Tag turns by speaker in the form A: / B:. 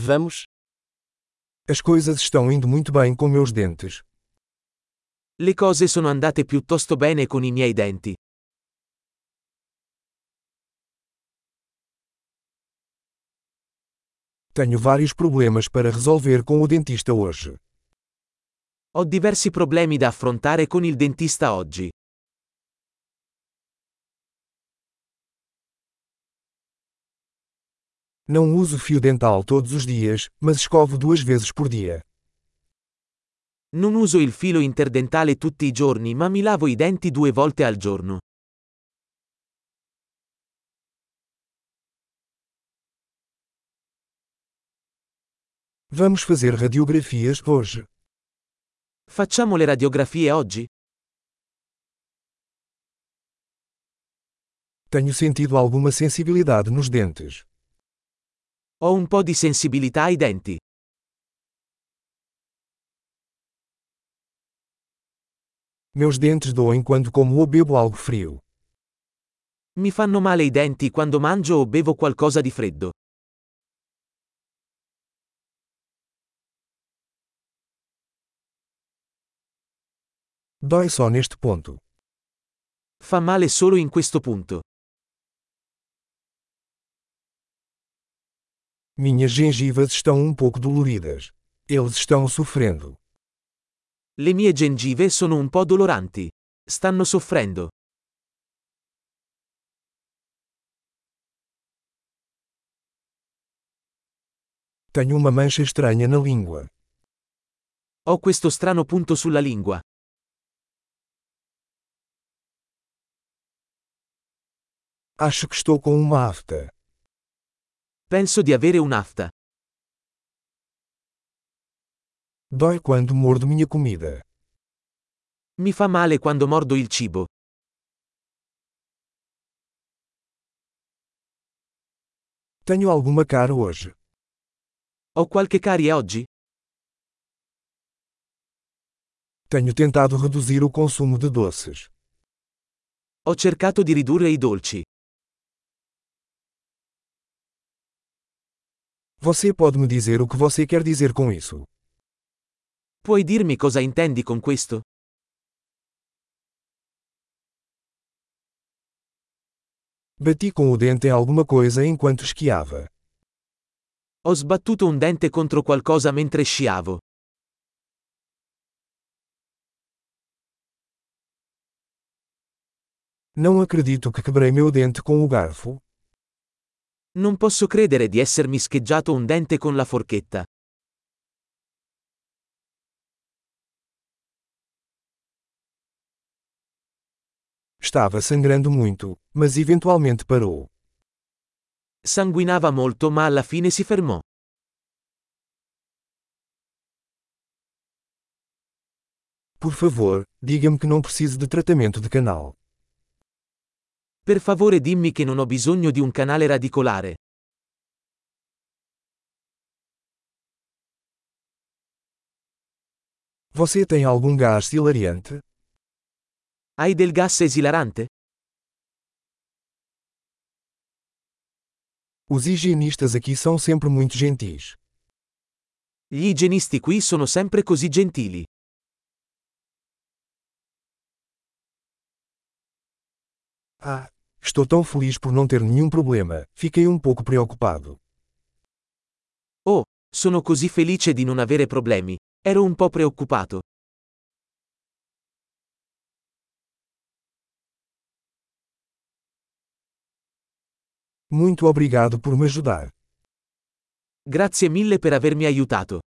A: Vamos.
B: As coisas estão indo muito bem com meus dentes.
A: Le cose sono andate piuttosto bene con i miei denti.
B: Tenho vários problemas para resolver com o dentista hoje.
A: Ho diversi problemi da affrontare con il dentista oggi.
B: Não uso fio dental todos os dias, mas escovo duas vezes por dia.
A: Non uso il filo interdentale tutti i giorni ma mi lavo i denti due volte al giorno.
B: Vamos fazer radiografias hoje.
A: Facciamo le radiografie oggi?
B: Tenho sentido alguma sensibilidade nos dentes.
A: Ho un po' di sensibilità ai denti.
B: Meus dentes doem quando como ou bebo algo frio.
A: Mi fanno male i denti quando mangio o bevo qualcosa di freddo.
B: Dói só neste ponto.
A: Fa male solo in questo punto.
B: Minhas gengivas estão um pouco doloridas. Eles estão sofrendo.
A: Le mie gengive sono un po' doloranti. Stanno soffrendo.
B: Tenho uma mancha estranha na língua.
A: Ho questo strano punto sulla lingua.
B: Acho que estou com uma afta.
A: Penso di avere un'afta.
B: Dói quando mordo minha comida.
A: Mi fa male quando mordo il cibo.
B: Tenho alguma cara hoje.
A: Ho qualche carie oggi?
B: Tenho tentado reduzir o consumo de doces.
A: Ho cercato di ridurre i dolci.
B: Você pode me dizer o que você quer dizer com isso?
A: Puoi dirmi cosa intendi con questo?
B: Bati com o dente em alguma coisa enquanto esquiava.
A: Ho sbattuto un dente contro qualcosa mentre sciavo.
B: Não acredito que quebrei meu dente com o garfo.
A: Non posso credere di essermi scheggiato un dente con la forchetta.
B: Estava sangrando muito, mas eventualmente parou.
A: Sanguinava molto ma alla fine si fermò.
B: Por favor, diga-me que não preciso de tratamento de canal.
A: Per favore dimmi che non ho bisogno di un canale radicolare.
B: Você tem algum gás hilariante?
A: Hai del gas esilarante?
B: Os higienistas aqui são sempre muito gentis.
A: Gli igienisti qui sono sempre così gentili.
B: Ah, estou tão feliz por não ter nenhum problema, fiquei um pouco preocupado.
A: Oh, sono così felice di non avere problemi. Ero un po' preoccupato.
B: Muito obrigado por me ajudar.
A: Grazie mille per avermi aiutato.